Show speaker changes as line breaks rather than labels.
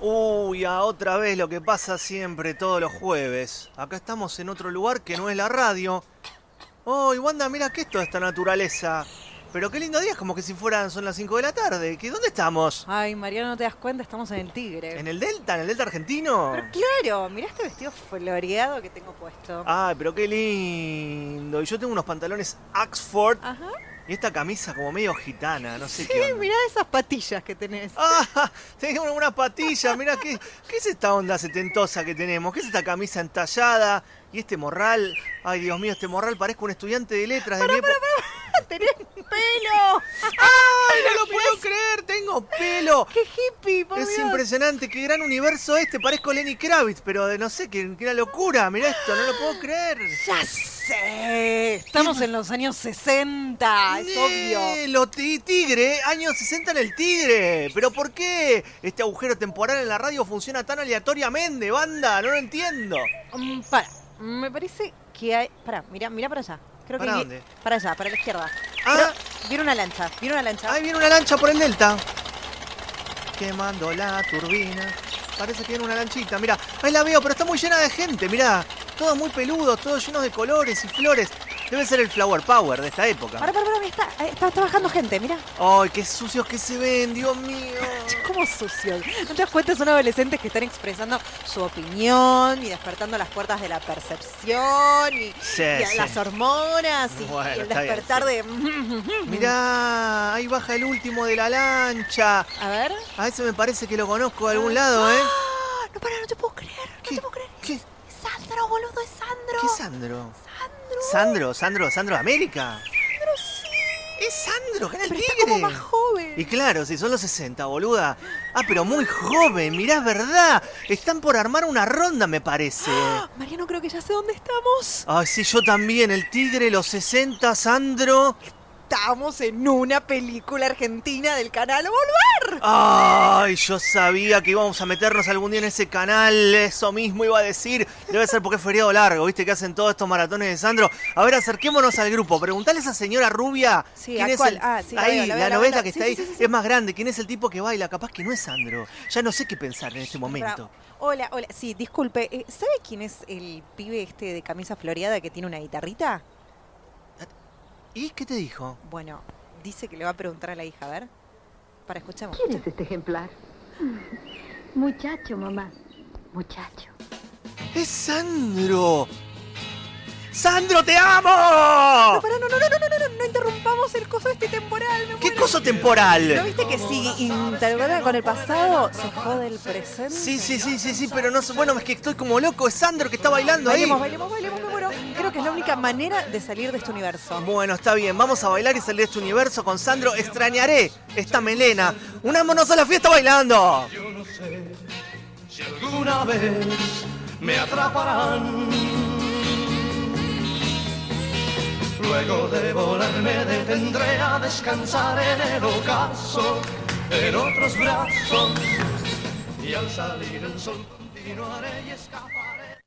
Uy, a otra vez lo que pasa siempre todos los jueves. Acá estamos en otro lugar que no es la radio. Oh, y Wanda, mira que esto de esta naturaleza. Pero qué lindo día, es como que si fueran son las 5 de la tarde. ¿Qué, ¿Dónde estamos?
Ay, Mariano, no te das cuenta, estamos en el Tigre.
¿En el Delta? ¿En el Delta argentino?
Pero claro, mirá este vestido floreado que tengo puesto.
Ay, pero qué lindo. Y yo tengo unos pantalones Oxford
Ajá.
y esta camisa como medio gitana, no sé
Sí,
qué. onda.
mirá esas patillas que tenés.
¡Ah! Tenemos una patilla, mirá, ¿qué, ¿qué es esta onda setentosa que tenemos? ¿Qué es esta camisa entallada? ¿Y este morral? Ay, Dios mío, este morral parezco un estudiante de letras de mi época.
Ah, ¡Tenés pelo!
¡Ay, no lo puedo creer! ¡Tengo pelo!
¡Qué hippie, por
Es
Dios!
impresionante, qué gran universo este, parezco Lenny Kravitz, pero de no sé, qué, qué una locura, mirá esto, no lo puedo creer.
¡Ya sé! Estamos en los años 60, Ah, es obvio.
Eh, Lo ti- tigre, años 60 en el tigre. Pero ¿por qué este agujero temporal en la radio funciona tan aleatoriamente, banda? No lo entiendo.
Mm, para, me parece que hay... Pará, mirá, mirá para allá. Creo
¿Para
que...
dónde?
Para allá, para la izquierda.
Ah.
Creo- Viene una lancha, viene una lancha.
Ahí viene una lancha por el delta. Quemando la turbina. Parece que viene una lanchita, mira, ahí la veo, pero está muy llena de gente, mira, todos muy peludos, todos llenos de colores y flores. Debe ser el flower power de esta época.
Pará, pará, pará, ahí está, ahí está, está bajando gente, mirá.
Ay, qué sucios que se ven, Dios mío.
¿Cómo sucio? ¿No te das cuenta? Son adolescentes que están expresando su opinión y despertando las puertas de la percepción y,
Sí,
y a-
sí.
las hormonas y,
Bueno,
y el
está bien,
despertar
sí.
de...
Mirá, ahí baja el último de la lancha.
A ver.
A ese me parece que lo conozco de algún lado, ¿eh?
¡Ah! No, pará, no te puedo creer. No
¿Qué?
te puedo creer.
¿Qué?
Es Sandro, boludo, es Sandro.
¿Qué Sandro?
Sandro.
Sandro, Sandro, Sandro de América.
Sandro, sí.
Es Sandro, que era el
Pero
tigre.
está como más joven.
Y claro, si son los 60, boluda. Ah, pero muy joven, mirá, es verdad. Están por armar una ronda, me parece.
¡Ah! Mariano, creo que ya sé dónde estamos.
Ay, sí, yo también, el tigre, los 60, Sandro.
Estamos en una película argentina del canal Volver.
Ay, yo sabía que íbamos a meternos algún día en ese canal, eso mismo iba a decir. Debe ser porque es feriado largo, viste que hacen todos estos maratones de Sandro. A ver, acerquémonos al grupo, preguntale a esa señora rubia.
Sí, ¿a cuál? Ah, sí, la
ahí,
veo, la veo, la
novela
veo, la-
que
sí,
está
sí,
ahí
sí, sí, sí.
es más grande, ¿quién es el tipo que baila? Capaz que no es Sandro. Ya no sé qué pensar en este momento.
Ra- Hola, hola. Sí, disculpe. eh, ¿Sabe quién es el pibe este de camisa floreada que tiene una guitarrita?
¿Y qué te dijo?
Bueno, dice que le va a preguntar a la hija, a ver. Para, escuchemos.
¿Quién es este ejemplar? Muchacho, mamá. Muchacho.
¡Es Sandro! ¡Sandro, te amo!
No, pará, no, no, no, no, no, no, no, no interrumpamos el coso este temporal. me
¿Qué
muero.
coso
¿No
temporal?
viste que si intervengan con el pasado, se jode el presente?
Sí, sí, sí, sí, sí, pero no sé. Bueno, es que estoy como loco. Es Sandro que está bailando ahí.
Bailemos, bailemos, bailemos, me muero. Creo que es la única manera de salir de este universo.
Bueno, está bien, vamos a bailar y salir de este universo con Sandro. Extrañaré esta melena. Unámonos a la fiesta bailando.
Yo no sé si alguna vez me atraparán. Luego de volar me detendré a descansar en el ocaso, en otros brazos. Y al salir el sol continuaré y escaparé.